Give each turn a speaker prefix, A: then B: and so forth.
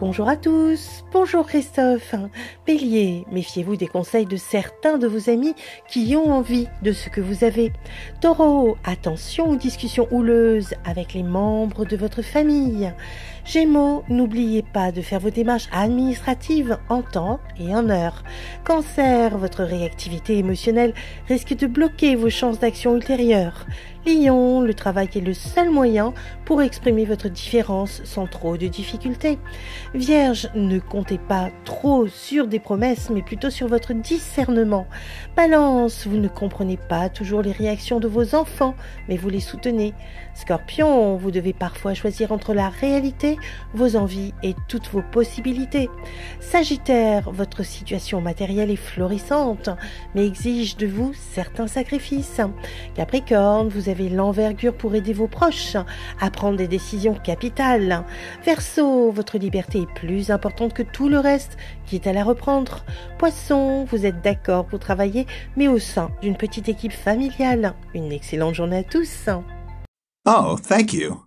A: Bonjour à tous, bonjour Christophe. Bélier, méfiez-vous des conseils de certains de vos amis qui ont envie de ce que vous avez. Taureau, attention aux discussions houleuses avec les membres de votre famille. Gémeaux, n'oubliez pas de faire vos démarches administratives en temps et en heure. Cancer, votre réactivité émotionnelle risque de bloquer vos chances d'action ultérieures. Lion, le travail est le seul moyen pour exprimer votre différence sans trop de difficultés. Vierge, ne comptez pas trop sur des promesses, mais plutôt sur votre discernement. Balance, vous ne comprenez pas toujours les réactions de vos enfants, mais vous les soutenez. Scorpion, vous devez parfois choisir entre la réalité vos envies et toutes vos possibilités. Sagittaire, votre situation matérielle est florissante, mais exige de vous certains sacrifices. Capricorne, vous avez l'envergure pour aider vos proches à prendre des décisions capitales. Verseau, votre liberté est plus importante que tout le reste, quitte à la reprendre. Poisson, vous êtes d'accord pour travailler, mais au sein d'une petite équipe familiale. Une excellente journée à tous.
B: Oh, thank you.